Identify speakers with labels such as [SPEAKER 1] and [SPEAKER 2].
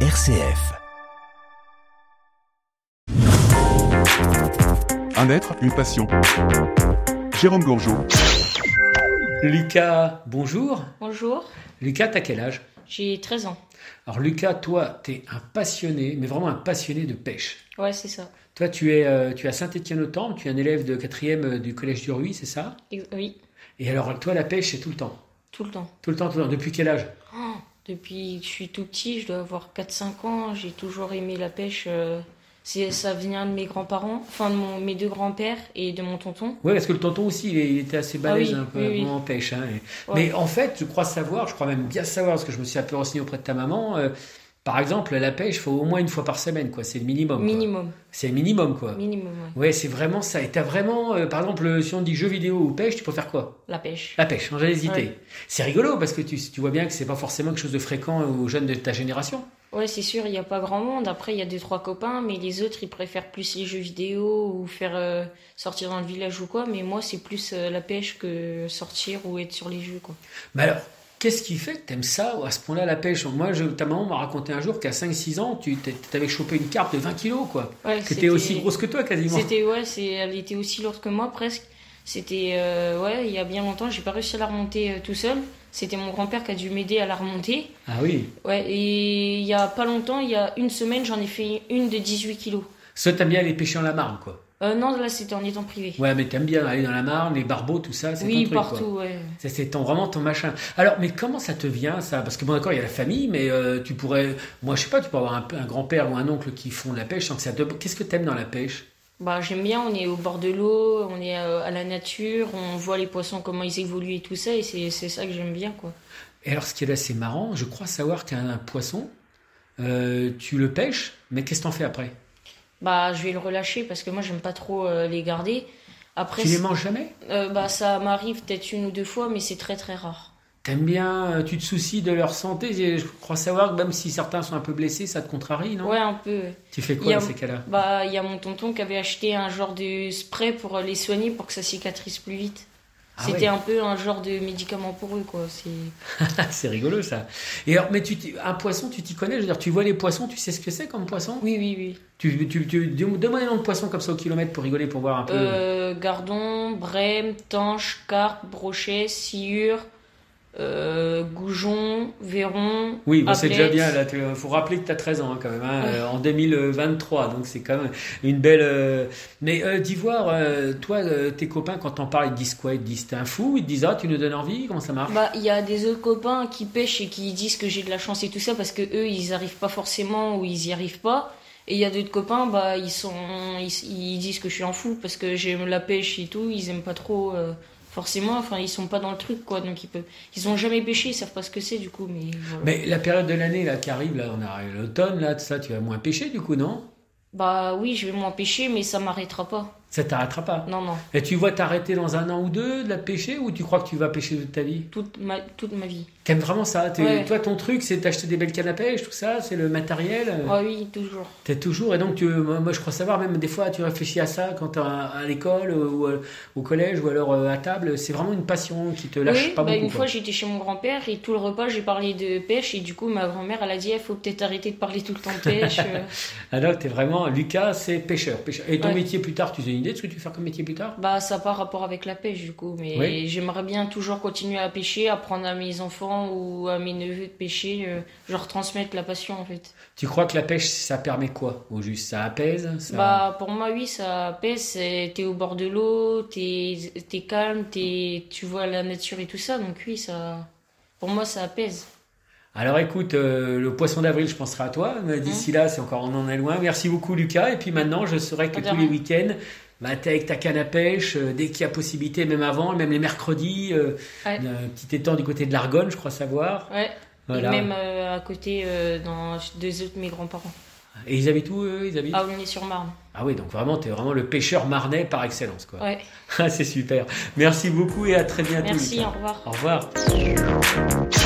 [SPEAKER 1] RCF.
[SPEAKER 2] Un être, une passion. Jérôme Gourgeot.
[SPEAKER 3] Lucas, bonjour.
[SPEAKER 4] Bonjour,
[SPEAKER 3] Lucas, t'as quel âge
[SPEAKER 4] j'ai 13 ans.
[SPEAKER 3] Alors Lucas, toi, t'es un passionné, mais vraiment un passionné de pêche.
[SPEAKER 4] Ouais, c'est ça.
[SPEAKER 3] Toi, tu es, euh, tu es à Saint-Étienne-au-Temple, tu es un élève de 4e du Collège du Ruy, c'est ça
[SPEAKER 4] Ex- Oui,
[SPEAKER 3] Et alors, toi, la pêche, c'est tout le temps.
[SPEAKER 4] tout le temps.
[SPEAKER 3] Tout le temps, tout le temps. Depuis quel âge
[SPEAKER 4] Oh, depuis que je suis tout petit, je dois avoir 4-5 ans, j'ai toujours aimé la pêche. euh, c'est- ça vient de mes grands-parents, enfin de mon- mes deux grands-pères et de mon tonton.
[SPEAKER 3] Oui, parce que le tonton aussi, il est- il était assez balèze
[SPEAKER 4] Ah oui,
[SPEAKER 3] un peu
[SPEAKER 4] oui, oui.
[SPEAKER 3] en pêche. hein.
[SPEAKER 4] Ouais.
[SPEAKER 3] Mais en fait, je crois savoir, je crois même bien savoir, parce que je me suis un peu renseigné auprès de ta maman. euh, par exemple, la pêche, faut au moins une fois par semaine, quoi. C'est le minimum. quoi.
[SPEAKER 4] Minimum,
[SPEAKER 3] C'est le minimum, quoi.
[SPEAKER 4] minimum, ouais.
[SPEAKER 3] Ouais, c'est vraiment ça. Et t'as vraiment, euh, par exemple, si on dit jeux vidéo ou pêche, tu préfères quoi
[SPEAKER 4] La pêche.
[SPEAKER 3] La pêche, hein, j'allais hésiter.
[SPEAKER 4] Ouais.
[SPEAKER 3] C'est rigolo parce que tu, tu vois bien que c'est pas forcément quelque chose de fréquent euh, aux jeunes de ta génération.
[SPEAKER 4] Ouais, c'est sûr, il n'y a pas grand monde. Après, il y a deux trois copains, mais les autres, ils préfèrent plus les jeux vidéo ou faire euh, sortir dans le village ou quoi. Mais moi, c'est plus euh, la pêche que sortir ou être sur les jeux, quoi.
[SPEAKER 3] Mais alors, qu'est-ce qui fait que t'aimes ça à ce point-là la pêche Moi, je, ta maman m'a raconté un jour qu'à 5-6 ans, tu t'es- t'avais chopé une carpe de 20 kilos, quoi.
[SPEAKER 4] Ouais,
[SPEAKER 3] Que t'es
[SPEAKER 4] Ah, c'était-
[SPEAKER 3] aussi grosse que toi quasiment.
[SPEAKER 4] C'était ouais, c'est elle était aussi lourde que moi presque. C'était euh, ouais, il y a bien longtemps, j'ai pas réussi à la remonter euh, tout seul. C'était mon grand-père qui a dû m'aider à la remonter.
[SPEAKER 3] Ah oui.
[SPEAKER 4] Ouais, et il y a pas longtemps, il y a une semaine, j'en ai fait une de 18 kilos.
[SPEAKER 3] Ça, t'aimes bien aller pêcher en la Marne, quoi.
[SPEAKER 4] Euh, non, là c'était en étant privé.
[SPEAKER 3] Ouais, mais t'aimes bien aller dans la Marne, les barbeaux, tout ça, c'est ton
[SPEAKER 4] oui,
[SPEAKER 3] truc, quoi.
[SPEAKER 4] partout, ouais.
[SPEAKER 3] Ça, C'est ton, vraiment ton machin. Alors, mais comment ça te vient, ça Parce que bon, d'accord, il y a la famille, mais euh, tu pourrais. Moi, je sais pas, tu peux avoir un, un grand-père ou un oncle qui font de la pêche sans que ça te. Qu'est-ce que t'aimes dans la pêche
[SPEAKER 4] Bah, j'aime bien, on est au bord de l'eau, on est euh, à la nature, on voit les poissons comment ils évoluent et tout ça et c'est c'est ça que j'aime bien quoi.
[SPEAKER 3] Et alors, ce qui est assez marrant, je crois savoir qu'un un poisson, euh, tu le pêches, mais qu'est-ce que t'en fais après
[SPEAKER 4] Bah, je vais le relâcher parce que moi j'aime pas trop euh, les garder. Après
[SPEAKER 3] Tu les manges jamais
[SPEAKER 4] Euh, bah, ça m'arrive peut-être une ou deux fois, mais c'est très très rare.
[SPEAKER 3] T'aimes bien, euh, tu te soucies de leur santé et Je crois savoir que même si certains sont un peu blessés, ça te contrarie, non
[SPEAKER 4] Ouais, un peu.
[SPEAKER 3] Tu fais
[SPEAKER 4] Il
[SPEAKER 3] quoi
[SPEAKER 4] y a-
[SPEAKER 3] dans ces cas-là
[SPEAKER 4] Bah, il y a mon tonton qui avait acheté un genre de spray pour les soigner pour que ça cicatrise plus vite.
[SPEAKER 3] Ah
[SPEAKER 4] C'était
[SPEAKER 3] ouais.
[SPEAKER 4] un peu un genre de médicament pour eux, quoi. C'est...
[SPEAKER 3] C'est rigolo ça. Et alors, mais tu t'y- un poisson, tu t'y connais Je veux dire, tu vois les poissons, tu sais ce que c'est comme poisson
[SPEAKER 4] Oui, oui, oui.
[SPEAKER 3] Tu, tu, tu- demande un nom de poisson comme ça au kilomètre pour rigoler, pour voir un peu.
[SPEAKER 4] Euh, gardon, brème, tanche, carpe, brochet, sciure, euh, goujon, verron.
[SPEAKER 3] Oui, bon, c'est déjà
[SPEAKER 4] ablette.
[SPEAKER 3] bien. Il faut rappeler que tu as 13 ans hein, quand même, hein,
[SPEAKER 4] Ouais.
[SPEAKER 3] euh, en 2023. Donc c'est quand même une belle. euh, Mais euh, d'Ivoire, euh, toi, euh, tes copains, quand t'en parles, ils te disent quoi Ils te disent t'es un fou Ils te disent ah, tu nous donnes envie Comment ça marche
[SPEAKER 4] Bah, il y a des autres copains qui pêchent et qui disent que j'ai de la chance et tout ça parce que eux, ils arrivent pas forcément ou ils y arrivent pas. Et il y a d'autres copains, bah, ils sont, ils, ils disent que je suis en fou parce que j'aime la pêche et tout. Ils aiment pas trop, euh, forcément. Enfin, ils sont pas dans le truc, quoi. Donc ils peuvent, ils ont jamais pêché, ils savent pas ce que c'est du coup. Mais voilà.
[SPEAKER 3] Mais la période de l'année là qui arrive, là, on a l'automne, là, tout ça, tu vas moins pêcher du coup, non
[SPEAKER 4] Bah oui, je vais m'en pêcher, mais ça m'arrêtera pas.
[SPEAKER 3] Ça t'arrêtera pas.
[SPEAKER 4] Non, non.
[SPEAKER 3] Et tu vois t'arrêter dans un an ou deux de la pêcher ou tu crois que tu vas pêcher toute ta vie
[SPEAKER 4] Toute ma, toute ma vie.
[SPEAKER 3] T'aimes vraiment ça T'es-
[SPEAKER 4] Ouais.
[SPEAKER 3] Toi, ton truc, c'est d'acheter des belles cannes à pêche, tout ça, c'est le matériel
[SPEAKER 4] Ah oui, toujours.
[SPEAKER 3] T'es toujours, et donc tu, moi moi, je crois savoir, même des fois tu réfléchis à ça quand t'es à, à l'école euh, ou euh, au collège ou alors euh, à table, c'est vraiment une passion qui te lâche
[SPEAKER 4] oui,
[SPEAKER 3] pas
[SPEAKER 4] bah,
[SPEAKER 3] beaucoup.
[SPEAKER 4] une
[SPEAKER 3] quoi.
[SPEAKER 4] fois j'étais chez mon grand-père et tout le repas j'ai parlé de pêche et du coup ma grand-mère elle a dit il faut peut-être arrêter de parler tout le temps de pêche. Euh,
[SPEAKER 3] Alors Ah, t'es vraiment, Lucas c'est pêcheur, pêcheur. Et ton
[SPEAKER 4] Ouais.
[SPEAKER 3] métier plus tard, tu as une idée de ce que tu veux faire comme métier plus tard
[SPEAKER 4] bah ça n'a pas rapport avec la pêche du coup mais
[SPEAKER 3] Oui.
[SPEAKER 4] j'aimerais bien toujours continuer à pêcher, apprendre à mes enfants ou à mes neveux de pêcher, euh, leur transmettre la passion en fait.
[SPEAKER 3] Tu crois que la pêche ça permet quoi Au juste, ça apaise ça...
[SPEAKER 4] Bah pour moi oui ça apaise, c'est- t'es au bord de l'eau, t'es es calme, t'es- tu vois la nature et tout ça donc oui ça pour moi ça apaise.
[SPEAKER 3] Alors écoute, euh, le poisson d'avril, je penserai à toi. Mais
[SPEAKER 4] Mmh.
[SPEAKER 3] D'ici là, c'est encore, on en est loin. Merci beaucoup, Lucas. Et puis maintenant, je saurai que
[SPEAKER 4] Pas de
[SPEAKER 3] tous les
[SPEAKER 4] rien.
[SPEAKER 3] week-ends, bah, t'es avec ta canne à pêche, euh, dès qu'il y a possibilité, même avant, même les mercredis, euh,
[SPEAKER 4] Ouais.
[SPEAKER 3] un petit étang du côté de l'Argonne, je crois savoir.
[SPEAKER 4] Ouais.
[SPEAKER 3] Voilà.
[SPEAKER 4] Et même euh, à côté euh, dans deux autres de mes grands-parents.
[SPEAKER 3] Et ils habitent où, eux Ils habitent
[SPEAKER 4] Ah, on est sur Marne.
[SPEAKER 3] Ah oui, donc vraiment, t'es vraiment le pêcheur marnais par excellence, quoi.
[SPEAKER 4] Ouais.
[SPEAKER 3] Ah, c'est super. Merci beaucoup et à très bientôt.
[SPEAKER 4] Merci,
[SPEAKER 3] Lucas.
[SPEAKER 4] au revoir.
[SPEAKER 3] Au revoir.